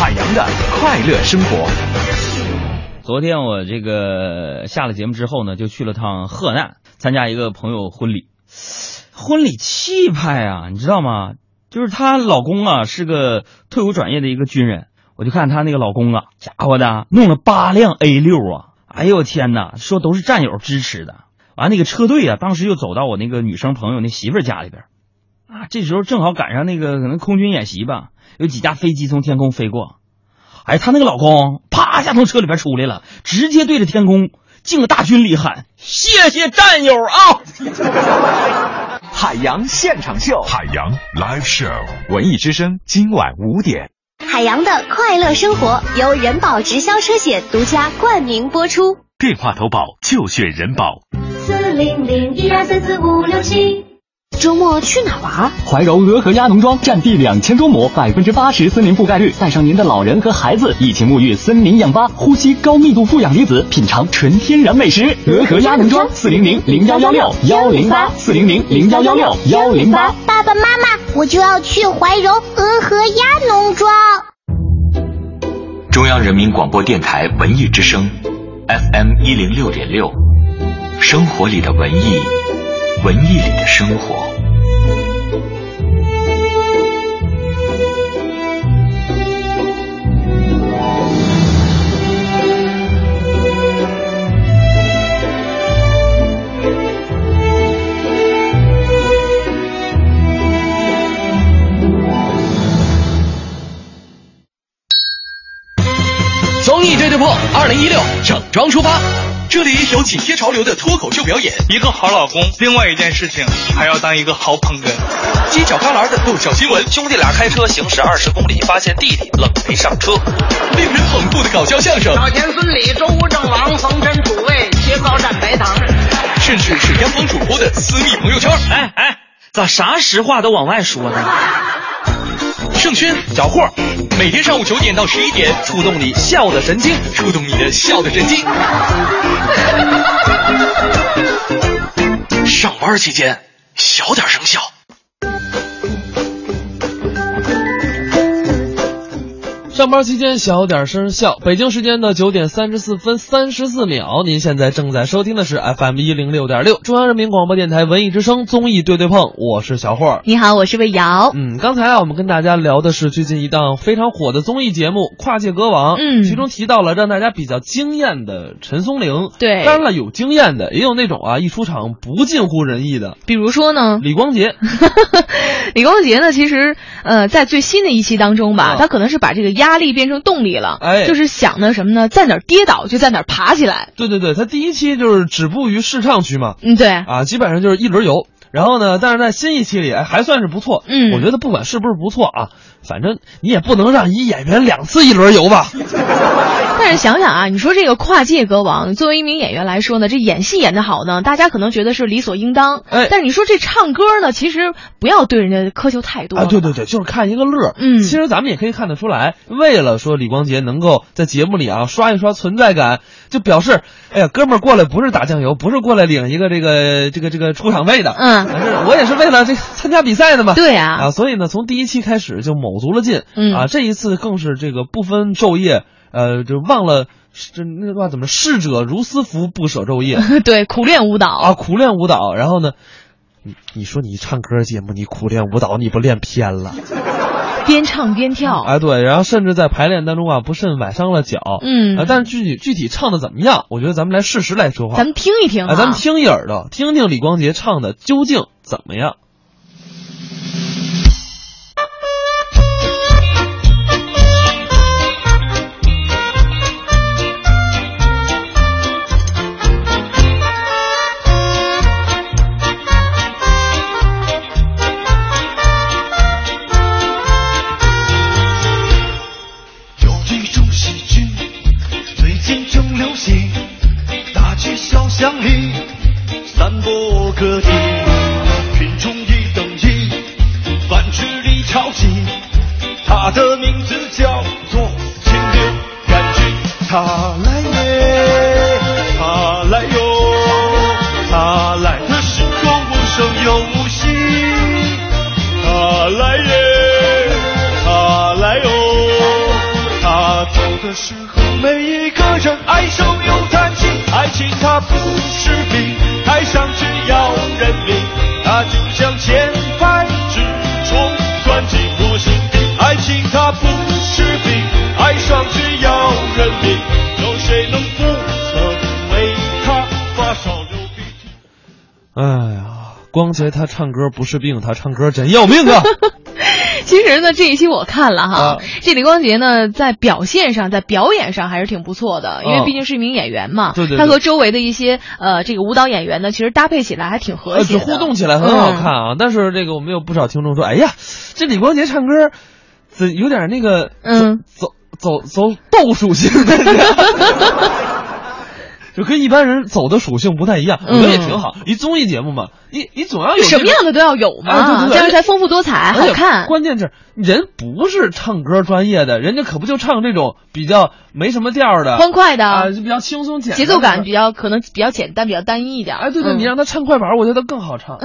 S11: 海洋的快乐生活。
S4: 昨天我这个下了节目之后呢，就去了趟河南，参加一个朋友婚礼。婚礼气派啊，你知道吗？就是她老公啊是个退伍转业的一个军人，我就看她那个老公啊，家伙的弄了八辆 A 六啊，哎呦我天哪，说都是战友支持的。完那个车队啊，当时就走到我那个女生朋友那媳妇儿家里边儿，啊，这时候正好赶上那个可能空军演习吧，有几架飞机从天空飞过，哎，她那个老公啪一下从车里边出来了，直接对着天空敬个大军礼喊：“谢谢战友啊！”
S5: 海洋现场秀，
S18: 海洋 Live Show，
S5: 文艺之声今晚五点。
S19: 海洋的快乐生活由人保直销车险独家冠名播出。
S11: 电话投保就选人保。
S19: 四零零一二三四五六七。周末去哪玩？
S22: 怀柔鹅和鸭农庄占地两千多亩，百分之八十森林覆盖率，带上您的老人和孩子一起沐浴森林氧吧，呼吸高密度负氧离子，品尝纯天然美食。鹅和鸭农庄四零零零幺幺六幺零八四零零零幺幺六幺零八。
S9: 爸爸妈妈，我就要去怀柔鹅和鸭农庄。
S5: 中央人民广播电台文艺之声，FM 一零六点六，生活里的文艺，文艺里的生活。
S23: 综艺对对碰，二零一六整装出发。这里有紧贴潮流的脱口秀表演，
S24: 一个好老公，另外一件事情还要当一个好捧哏。
S23: 犄角旮旯的爆笑新闻，
S25: 兄弟俩开车行驶二十公里，发现弟弟愣没上车。
S23: 令人捧腹的搞笑相声，
S10: 老田、孙李、周吴、郑王、冯真、楚卫、薛高占白糖，
S23: 甚至是央广主播的私密朋友圈。
S25: 哎哎，咋啥实话都往外说呢？
S23: 盛轩，小霍，每天上午九点到十一点，触动你笑的神经，触动你的笑的神经。上班期间，小点声笑。
S1: 上班期间小点声笑。北京时间的九点三十四分三十四秒，您现在正在收听的是 FM 一零六点六，中央人民广播电台文艺之声综艺对对碰，我是小霍。
S3: [LAUGHS] 你好，我是魏瑶。
S1: 嗯，刚才啊，我们跟大家聊的是最近一档非常火的综艺节目《跨界歌王》，
S3: 嗯
S1: 其中提到了让大家比较惊艳的陈松伶，
S3: 对
S1: 当然了，有惊艳的，也有那种啊一出场不尽乎人意的，
S3: 比如说呢，
S1: 李
S3: [LAUGHS]
S1: 光洁，
S3: 李光洁呢，其实呃，在最新的一期当中吧，他可能是把这个压力变成动力了，
S1: 啊哎
S3: 就是想呢什么呢，在哪儿跌倒就在哪儿爬起来。
S1: 对对对，他第一期就是止步于试唱区嘛，
S3: 嗯，对，
S1: 啊，基本上就是一轮游。然后呢，但是在新一期里，哎，还算是不错。
S3: 嗯
S1: 我觉得不管是不是不错啊，反正你也不能让一演员两次一轮游吧。
S3: 但是想想啊，你说这个跨界歌王，作为一名演员来说呢，这演戏演得好呢，大家可能觉得是理所应当。
S1: 哎
S3: 但是你说这唱歌呢，其实不要对人家苛求太多。
S1: 啊，对对对，就是看一个乐儿。
S3: 嗯
S1: 其实咱们也可以看得出来，为了说李光洁能够在节目里啊刷一刷存在感，就表示，哎呀，哥们儿过来不是打酱油，不是过来领一个这个这个这个出场费的，
S3: 嗯
S1: 而是我也是为了这个参加比赛的嘛。
S3: 对
S1: 啊，
S3: 啊
S1: 所以呢，从第一期开始就卯足了劲，
S3: 嗯
S1: 啊，这一次更是这个不分昼夜，呃，就忘了这那句话怎么逝者如斯夫，不舍昼夜。
S3: [LAUGHS] 对，苦练舞蹈
S1: 啊，苦练舞蹈。然后呢，你你说你唱歌节目，你苦练舞蹈，你不练偏了？
S3: 边唱边跳。
S1: [LAUGHS] 哎，对，然后甚至在排练当中啊，不慎崴伤了脚。
S3: 嗯
S1: 啊，但是具体具体唱的怎么样，我觉得咱们来事实来说话。
S3: 咱们听一听
S1: 啊，
S3: 啊
S1: 咱们听一耳朵，听听李光洁唱的究竟怎么样。
S26: 有一种喜剧最近正流行，大街小巷里散播各地，品种一等一，饭吃里超级，它的名字叫做禽流感菌，它来耶，它来哟，它来的时候无声又无息，它来耶，哦它来哟。他走的时候，每一个人爱上它就像千百只虫钻进我心底。爱情它不是病，爱上只要人命，有谁能不曾为它发烧流鼻？
S1: 哎呀，光觉他唱歌不是病，他唱歌真要命 [LAUGHS] 啊！
S3: [LAUGHS] 其实呢，这一期我看了哈，
S1: 啊
S3: 这李光洁呢，在表现上、在表演上还是挺不错的，因为毕竟是一名演员嘛。
S1: 哦对对对
S3: 他和周围的一些呃这个舞蹈演员呢，其实搭配起来还挺和
S1: 呃，
S3: 谐
S1: 这
S3: 的，嗯
S1: 互动起来很好看啊。但是这个我们有不少听众说，哎呀，这李光洁唱歌，怎有点那个，
S3: 嗯，
S1: 走走走斗属性的， [LAUGHS] 就跟一般人走的属性不太一样。我觉得也挺
S3: 嗯
S1: 好，一综艺节目嘛，你你总要有
S3: 什
S1: 这
S3: 么
S1: 个
S3: 样的都要有嘛，
S1: 哎对对对
S3: 这样才丰富多彩，
S1: 而且
S3: 哎
S1: 啊
S3: 好看。
S1: 关键是人不是唱歌专业的，人家可不就唱这种比较没什么调儿的、
S3: 欢快的
S1: 啊，就比较轻松简单
S3: 节
S1: 的
S3: 奏感比较可能比较简单，比较单一一点。哎，
S1: 对对，你让他唱快板儿，我觉得更好
S3: [LAUGHS]
S1: 唱，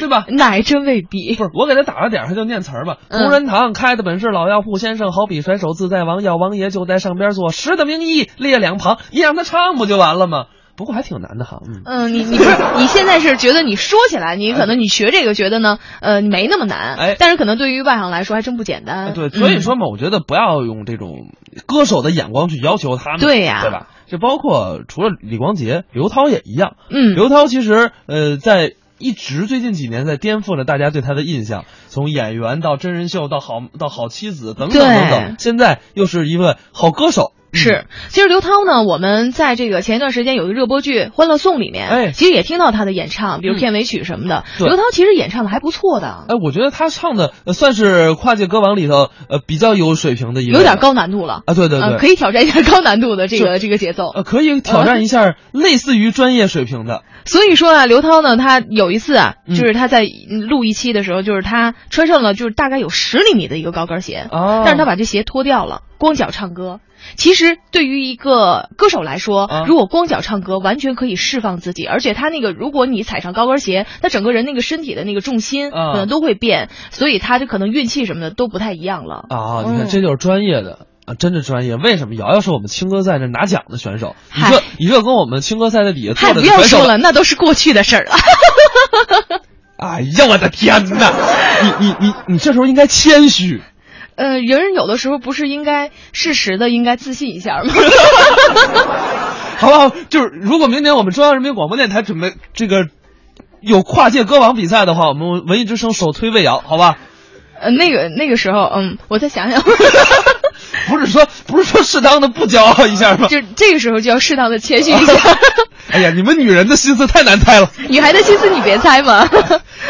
S1: 对吧？
S3: 那还真未必。
S1: 不是，我给他打个点儿，他就念词儿吧。
S3: 嗯
S1: 同仁堂开的本是老药铺，先生好比甩手自在王，药王爷就在上边坐，十的名医列两旁，你让他唱不就完了吗？不过还挺难的哈，嗯。
S3: 嗯，你你不是你现在是觉得你说起来，你可能你学这个觉得呢，呃，没那么难，
S1: 哎
S3: 但是可能对于外行来说还真不简单。
S1: 对，所以
S3: 嗯
S1: 说嘛，我觉得不要用这种歌手的眼光去要求他们，
S3: 对呀
S1: 对吧？这包括除了李光洁，刘涛也一样。
S3: 嗯，
S1: 刘涛其实呃，在一直最近几年在颠覆了大家对她的印象，从演员到真人秀到好到好妻子等等等等
S3: 对，
S1: 现在又是一位好歌手。嗯
S3: 是，其实刘涛呢，我们在这个前一段时间有一个热播剧《欢乐颂》里面，
S1: 哎
S3: 其实也听到她的演唱，比如
S1: 嗯
S3: 片尾曲什么的。
S1: 对
S3: 刘涛其实演唱的还不错的，
S1: 哎，我觉得她唱的、呃算是跨界歌王里头呃比较有水平的一位了，
S3: 有点高难度了
S1: 啊，对对对，
S3: 呃可以挑战一下高难度的这个
S1: 是
S3: 这个节奏。
S1: 呃可以挑战一下类似于专业水平的。
S3: 所以说啊，刘涛呢，她有一次啊，就是她在录一期的时候，就是她穿上了就是大概有十厘米的一个高跟鞋，
S1: 哦
S3: 但是她把这鞋脱掉了，光脚唱歌。其实对于一个歌手来说，如果光脚唱歌，完全可以释放自己，而且她那个，如果你踩上高跟鞋，她整个人那个身体的那个重心
S1: 啊
S3: 可能都会变，所以她就可能运气什么的都不太一样了。
S1: 啊，你看
S3: 嗯
S1: 这就是专业的。啊，真的专业！为什么瑶瑶是我们青歌赛这拿奖的选手？一个一个跟我们青歌赛的底下
S3: 嗨，不
S1: 坐着的
S3: 要
S1: 选手
S3: 说了，那都是过去的事儿了。
S1: [LAUGHS] 哎呀，我的天哪！你你你你这时候应该谦虚。
S3: 呃，人有的时候不是应该适时的应该自信一下吗？ [LAUGHS]
S1: 好不好？就是如果明年我们中央人民广播电台准备这个有跨界歌王比赛的话，我们文艺之声首推魏瑶，好吧？
S3: 呃，那个那个时候，嗯，我再想想，
S1: 不是说不是说适当的不骄傲一下 [LAUGHS] 吗？
S3: 就这个时候就要适当的谦虚一下。
S1: [LAUGHS] 哎呀，你们女人的心思太难猜了。
S3: 女孩的心思你别猜
S1: [LAUGHS]
S3: 嘛。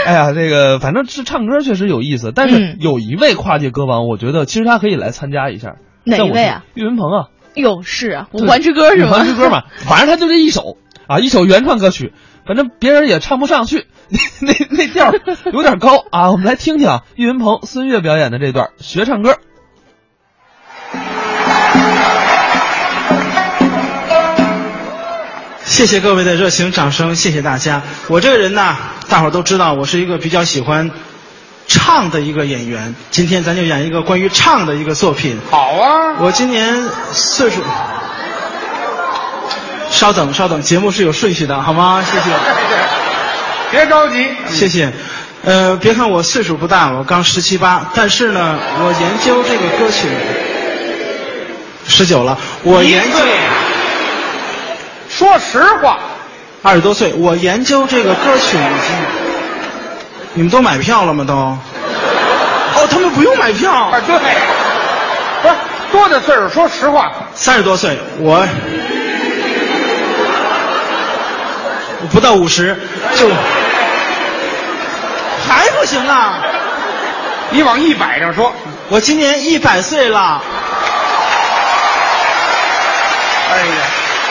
S1: 哎呀，这个反正是唱歌确实有意思，但
S3: 嗯
S1: 是有一位跨界歌王，我觉得其实他可以来参加一下。
S3: 哪
S1: 在我
S3: 一位啊？
S1: 岳云鹏啊，
S3: 哟，是啊，
S1: 对
S3: 五环之歌是吗？
S1: 五环之
S3: [LAUGHS]
S1: 歌嘛，反正他就这一首啊，一首原创歌曲，反正别人也唱不上去，那那那调儿有点高啊。我们来听听啊，岳云鹏、孙悦表演的这段学唱歌。
S2: 谢谢各位的热情掌声，谢谢大家。我这个人呐，大伙儿都知道，我是一个比较喜欢唱的一个演员。今天咱就演一个关于唱的一个作品。好啊！我今年岁数，稍等稍等，节目是有顺序的，好吗？谢谢。 [LAUGHS] 别着急，谢谢。呃，别看我岁数不大，我刚十七八，但是呢，我研究这个歌曲十九了，我研究。说实话，二十多岁，我研究这个歌曲已经。你们都买票了吗？都？哦，他们不用买票。啊，对，不是多大岁数？说实话，三十多岁，我我不到五十就还不行啊！你往一百上说，我今年一百岁了。哎呀，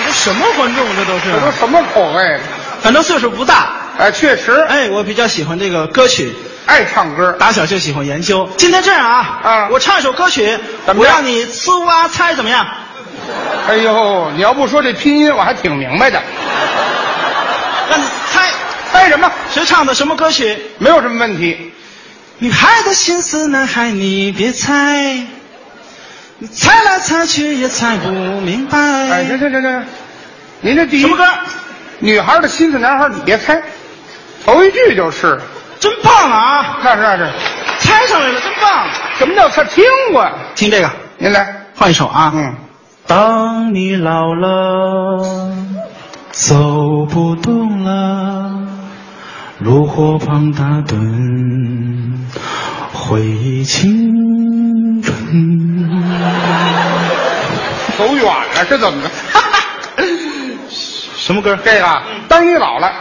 S2: 这什么观众这都是？这都什么口味？反正岁数不大。哎，确实。哎，我比较喜欢这个歌曲，爱唱歌，打小就喜欢研究。今天这样啊，啊，我唱一首歌曲，我让你呲哇猜怎么样？哎呦，你要不说这拼音，我还挺明白的。让你猜猜什么？谁唱的什么歌曲？没有什么问题。女孩的心思，男孩你别猜。你猜来猜去也猜不明白。哎，这这这这，您这第一什么歌？女孩的心思，男孩你别猜。头一句就吃，真棒啊！那是那是，猜上来了，真棒！什么叫他听过？听这个，您来换一首啊。嗯，
S10: 当你老了，走不动了，炉火旁打盹，回忆青春。
S2: 走远了，这怎么着？什么歌？这个，当你老了，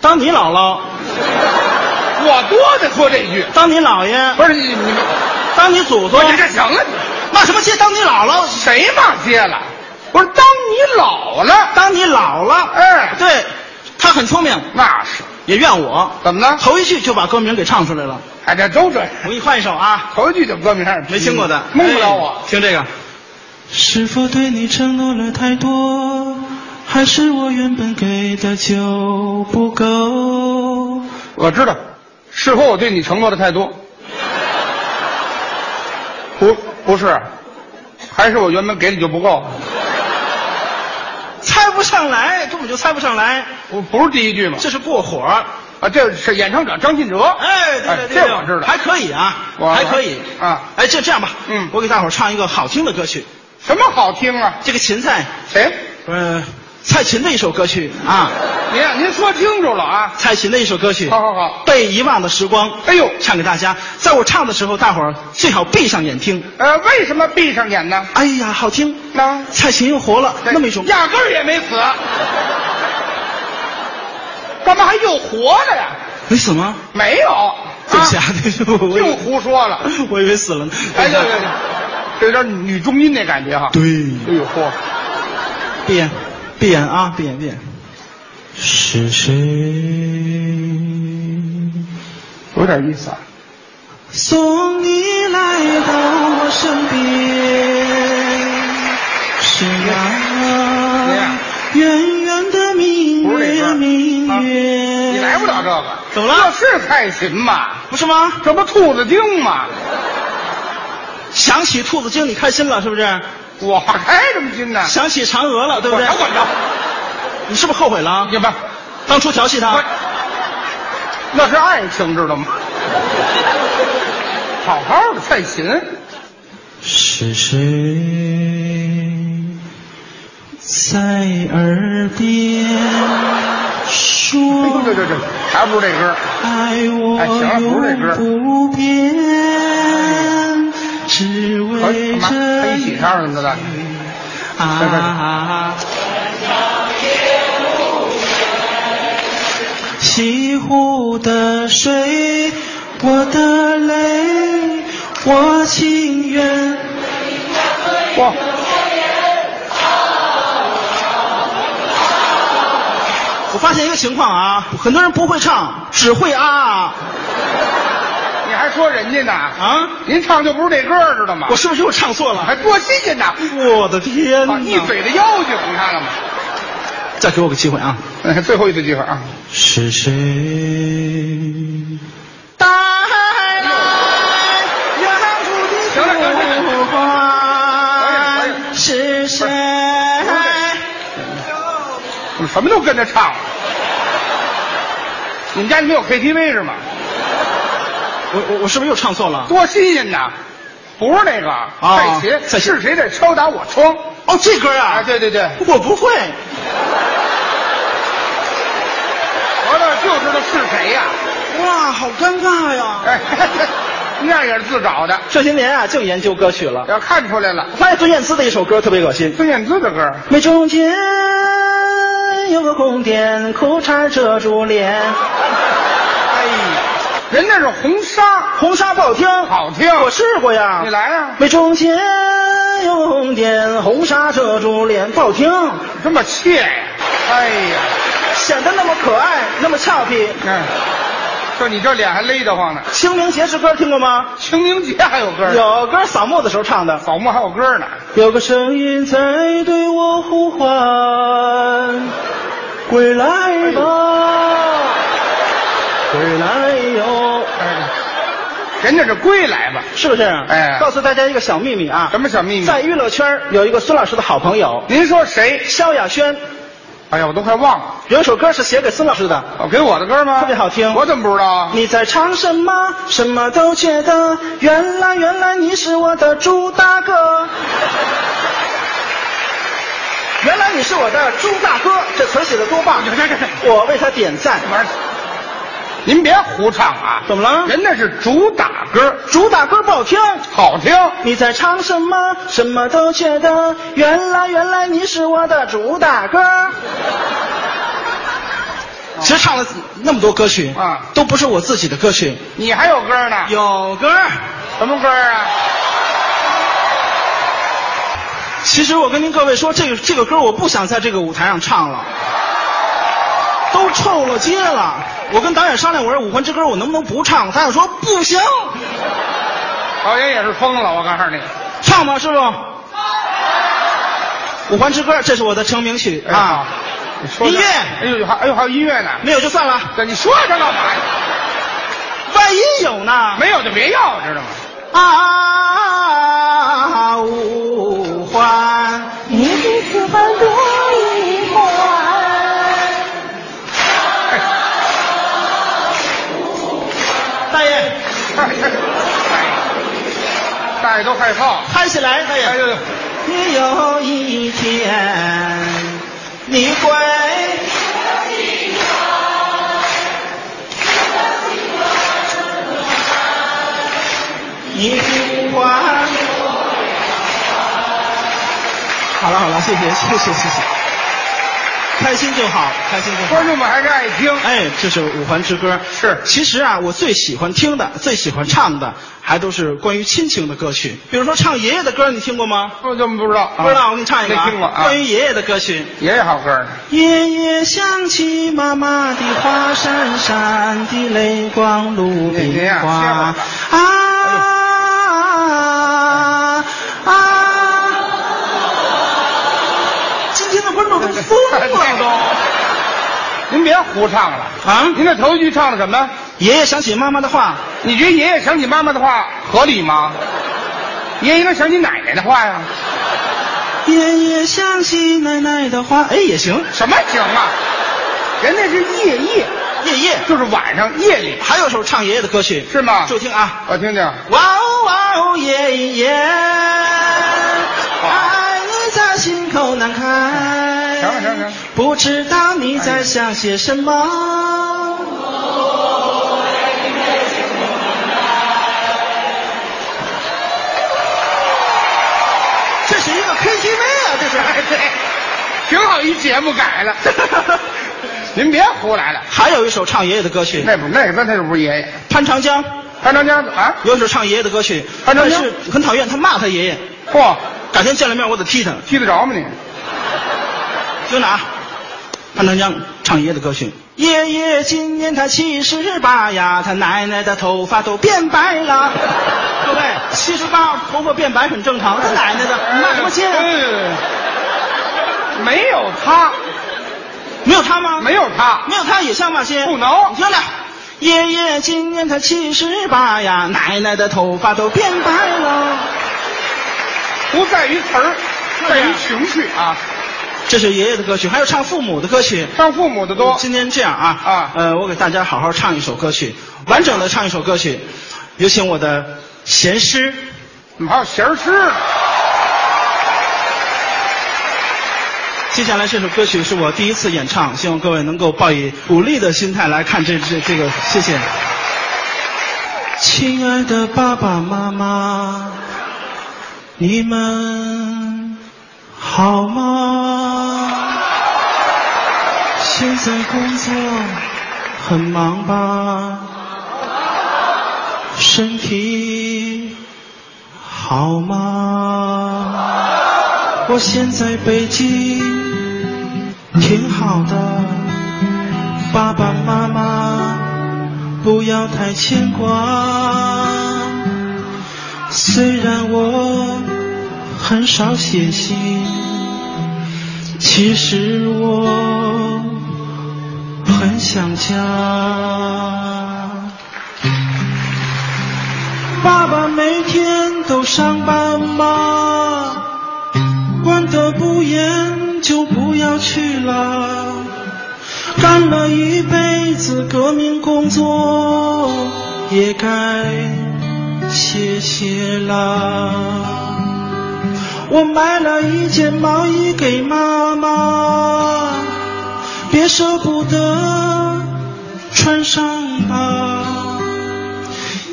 S2: 当你姥姥，我多得说这句。当你姥爷，不是你们，当你祖宗，这这行了，那什么接当你姥姥，谁骂街了？不是当你老了，当你老了，哎，对，他很聪明，那是，也怨我，怎么了？头一句就把歌名给唱出来了。哎，这都这，我给你换一首啊，头一句就歌名，没听过的，蒙不了我。听这个，
S10: 是否对你承诺了太多，还是我原本给的就不够？
S2: 我知道，是否我对你承诺的太多？不，不是，还是我原本给你就不够。猜不上来，根本就猜不上来。不，不是第一句吗？这是过火啊！这是演唱者张信哲。哎，对对对，这我知道，还可以啊，还可以啊。哎，就这样吧，嗯，我给大伙儿唱一个好听的歌曲。什么好听啊？这个芹菜谁？呃，蔡琴的一首歌曲啊。您您说清楚了啊！蔡琴的一首歌曲，好好好，《被遗忘的时光》。哎呦，唱给大家。在我唱的时候，大伙儿最好闭上眼听。呃，为什么闭上眼呢？哎呀，好听。那蔡琴又活了，那么一种压根儿也没死，干嘛还又活着呀？没死吗？没有。对不起啊，对不起，又胡说了， [LAUGHS] 我以为死了呢。哎，对对对，这有点女中音那感觉哈。对，哎呦嚯！闭眼，闭眼啊，闭眼闭眼。
S10: 是谁
S2: 有点意思啊。
S10: 送你来到我身边？是那远远的明月，明月。
S2: 啊你来不了这个，怎么了？这是蔡琴吗？不是吗？这不兔子精吗？想起兔子精，你开心了是不是？我开什么心呢？想起嫦娥了，对不对？滚滚着！你是不是后悔了？也不，当初调戏他，那是爱情，知道吗？好好的蔡琴，
S10: 是谁在耳边说？
S2: 对对对，还不是这歌。
S10: 爱我
S2: 哎行了不是这歌
S10: 永不变，只为
S2: 干嘛？他
S10: 这
S2: 一起唱上的呢。
S10: 啊！西湖的水，我的泪，我情愿。
S2: 哇！
S10: 我发现一个情况啊，很多人不会唱，只会啊。
S2: 你还说人家呢？啊，您唱就不是这歌，知道吗？
S10: 我是不是又唱错了？
S2: 还多新鲜呢！
S10: 我的天哪！
S2: 一嘴的妖精，你看了吗？
S10: 再给我个机会啊！
S2: 哎最后一次机会啊！
S10: 是谁？
S2: 带来远处的行了，行了，行了可以了，可以了
S10: 是谁？
S2: 怎么什么都跟着唱？你们家没有 KTV 是吗？
S10: 我我我是不是又唱错了？啊
S2: 多新鲜呐！不是那个蔡琴，是谁在敲打我窗？哦，这歌啊！哎，对对对，
S10: 我不会。
S2: 我倒就知道是谁呀、
S10: 哇，好尴尬呀！
S2: 哎，那也是自找的。
S10: 这些年啊，净研究歌曲了。
S2: 要看出来了，
S10: 发现孙燕姿的一首歌特别恶心，
S2: 孙燕姿的歌，
S10: 没中间有个红点，裤衩遮住脸。
S2: 哎，人那是红纱，
S10: 红纱不好听，
S2: 好听。
S10: 我试过呀。
S2: 你来啊呀、
S10: 没中间有个红点，红纱遮住脸，不好听，
S2: 这么怯呀、哎呀，
S10: 显得那么可爱，那么俏皮。
S2: 哎，就你这脸还勒得慌呢。
S10: 清明节诗歌听过吗？
S2: 清明节还有歌呢，
S10: 有歌扫墓的时候唱的。
S2: 扫墓还有歌呢。
S10: 有个声音在对我呼唤：“归来吧，归来哟
S2: 哎人家是归来吧？”？
S10: 是不是？
S2: 哎
S10: 告诉大家一个小秘密啊！
S2: 什么小秘密？
S10: 在娱乐圈有一个孙老师的好朋友
S2: 您说谁？
S10: 萧亚轩，
S2: 哎呀，我都快忘了。有一首歌是写给孙老师的，哦，给我的歌吗？特别好听。我怎么不知道啊？你在唱什么？什么都觉得。原来，原来你是我的猪大 [LAUGHS] 哥。原来你是我的猪大哥，这词儿写的多 [LAUGHS] 棒！我为他点赞。您别胡唱啊！怎么了？人那是主打歌，主打歌不好听，好听。你在唱什么？什么都觉得。原来，原来你是我的主打 [LAUGHS] 歌。其实唱了那么多歌曲啊，都不是我自己的歌曲。你还有歌呢？有歌，什么歌啊？其实我跟您各位说，这个这个歌我不想在这个舞台上唱了，都臭了街了。我跟导演商量，我说《武魂之歌》我能不能不唱？导演说不行。导演也是疯了，我告诉你，唱吧，师傅。《武魂之歌》这是我的成名曲啊。音乐，哎呦，还哎呦还有音乐呢？没有就算了。对，你说这干嘛呀？万一有呢？没有就别要，知道吗？啊，五环，你比四环多一环。大爷，大爷都害怕，哎嗨起来，大爷。你有一天，你会。你不管好了好了，谢谢谢谢谢谢，开心就好，开心就好。观众们还是爱听。哎，这是《五环之歌》。是。其实啊，我最喜欢听的、最喜欢唱的，还都是关于亲情的歌曲。比如说唱爷爷的歌，你听过吗？
S6: 哦
S2: 我怎么不知道？不知道，我给你唱一个、啊。没听过啊。关于爷爷的歌曲。爷爷好歌。夜夜想起妈妈的话，闪闪的泪光路边花啊。啊啊！今天的观众都疯了都。您别胡唱了啊！您这头一句唱的什么？爷爷想起妈妈的话。你觉得爷爷想起妈妈的话合理吗？爷爷应该想起奶奶的话呀。爷爷想起奶奶的话，哎，也行。什么行啊？人家是夜夜。夜夜就是晚上夜里，还有首唱爷爷的歌曲是吗？就听啊，我听听。哇哦哇哦耶耶，爱你在心口难开。行了行了行了，哎不知道你在想些什么。这是一个 KTV 啊， [LAUGHS] 这是。挺好，一节目改 [LAUGHS] 了。 [LAUGHS] 您别胡来了，还有一首唱爷爷的歌曲，那不那那那是不是爷爷？潘长江，潘长江啊，有一首唱爷爷的歌曲，潘长江很讨厌，他骂他爷爷。嚯，改天见了面我得踢他，踢得着吗你？听着啊，潘长江唱爷爷的歌曲，爷爷今年他七十八呀，他奶奶的头发都变白了。各位，七十八头发变白很正常，他奶奶的骂什么啊劲？哎没有他。没有他吗？没有他，没有他也像骂街。不能，你听着，爷爷今年他七十八呀，奶奶的头发都变白了。不在于词儿，在于情绪啊。这是爷爷的歌曲，还有唱父母的歌曲，唱父母的多。今天这样啊啊，呃，我给大家好好唱一首歌曲，完整的唱一首歌曲。有请我的弦师，怎么还有弦师？接下来这首歌曲是我第一次演唱，希望各位能够抱以鼓励的心态来看这这这个，谢谢。亲爱的爸爸妈妈，你们好吗？现在工作很忙吧？身体好吗？我现在北京挺好的，爸爸妈妈不要太牵挂。虽然我很少写信，其实我很想家。爸爸每天都上班吗？
S10: 关得不严就不要去啦。干了一辈子革命工作，也该歇歇啦。我买了一件毛衣给妈妈，别舍不得，穿上吧。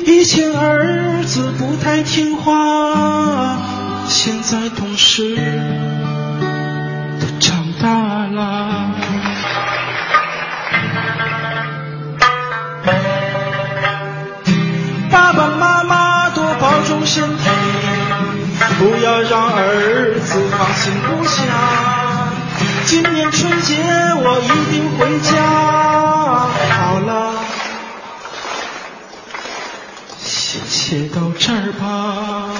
S10: 以前儿子不太听话，现在懂事的长大啦。爸爸妈妈多保重身体，不要让儿子放心不下。今年春节我一定回家。好了，先写到这儿吧。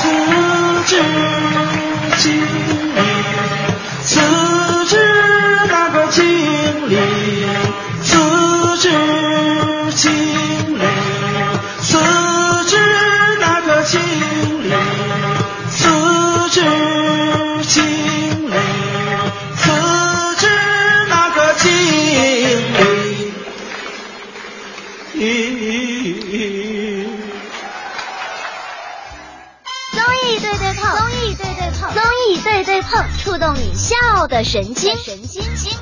S10: 辞职经理，辞职那个经理，辞职经理，辞职那个经理，辞职经理，辞职那个经理。咦
S9: 综艺对对碰，综艺对对碰，综艺对对碰，触动你笑的神经，神经经。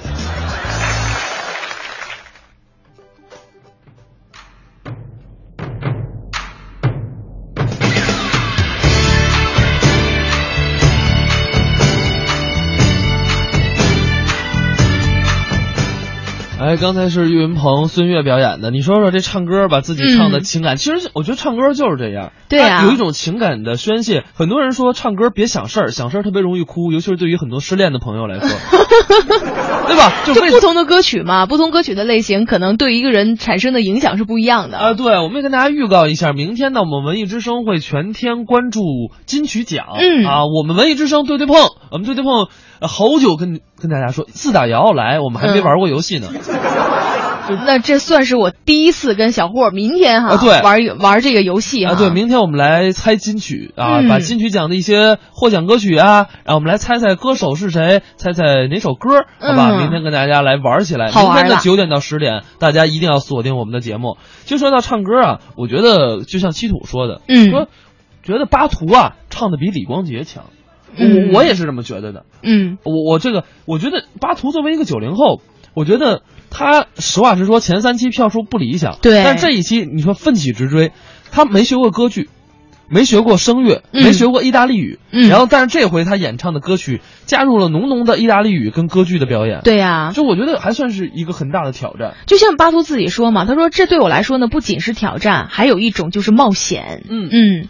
S1: 哎，刚才是岳云鹏、孙悦表演的，你说说这唱歌把自己唱的情感，其实我觉得唱歌就是这样，
S3: 嗯对啊
S1: 它有一种情感的宣泄。很多人说唱歌别想事儿，想事儿特别容易哭，尤其是对于很多失恋的朋友来说，对
S3: [LAUGHS]
S1: 吧？
S3: 就不同的歌曲嘛，不同歌曲的类型，可能对一个人产生的影响是不一样的。
S1: 啊，对，我们也跟大家预告一下，明天呢，我们文艺之声会全天关注金曲奖。
S3: 嗯
S1: 啊，我们文艺之声对对碰，我们对对碰，呃好久跟跟大家说，自打瑶瑶来，我们还没
S3: 嗯
S1: 玩过游戏呢。
S3: 那这算是我第一次跟小霍明天哈、
S1: 啊对
S3: 玩一玩这个游戏哈、
S1: 啊，对，明天我们来猜金曲啊，
S3: 嗯
S1: 把金曲奖的一些获奖歌曲啊，然后我们来猜猜歌手是谁，猜猜哪首歌，好吧？
S3: 嗯
S1: 明天跟大家来玩起来。
S3: 好
S1: 明
S3: 玩
S1: 天的
S3: 了
S1: 九点到十点，大家一定要锁定我们的节目。就说到唱歌啊，我觉得就像七土说的，
S3: 嗯
S1: 说觉得巴图啊唱的比李光洁强，
S3: 嗯
S1: 我我也是这么觉得的。
S3: 嗯
S1: 我我这个，我觉得巴图作为一个九零后，我觉得他实话实说，前三期票数不理想，
S3: 对
S1: 但这一期你说奋起直追，他没学过歌剧，没学过声乐，
S3: 嗯
S1: 没学过意大利语，
S3: 嗯
S1: 然后但是这回他演唱的歌曲加入了浓浓的意大利语跟歌剧的表演，
S3: 对呀
S1: 就我觉得还算是一个很大的挑战。
S3: 就像巴图自己说嘛，他说这对我来说呢，不仅是挑战，还有一种就是冒险。
S1: 嗯
S3: 嗯。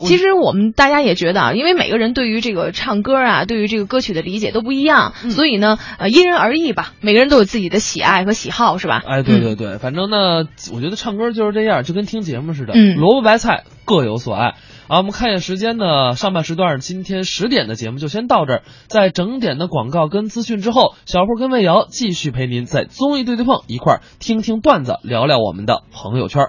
S3: 其实我们大家也觉得啊，因为每个人对于这个唱歌啊，对于这个歌曲的理解都不一样，所以呢，呃，因人而异吧。每个人都有自己的喜爱和喜好，是吧？嗯
S1: 哎，对对对，反正呢，我觉得唱歌就是这样，就跟听节目似的，
S3: 嗯
S1: 萝卜白菜各有所爱。啊，我们看一眼时间呢，上半时段今天十点的节目就先到这儿，在整点的广告跟资讯之后，小霍跟魏瑶继续陪您在综艺对对碰一块儿听听段子，聊聊我们的朋友圈。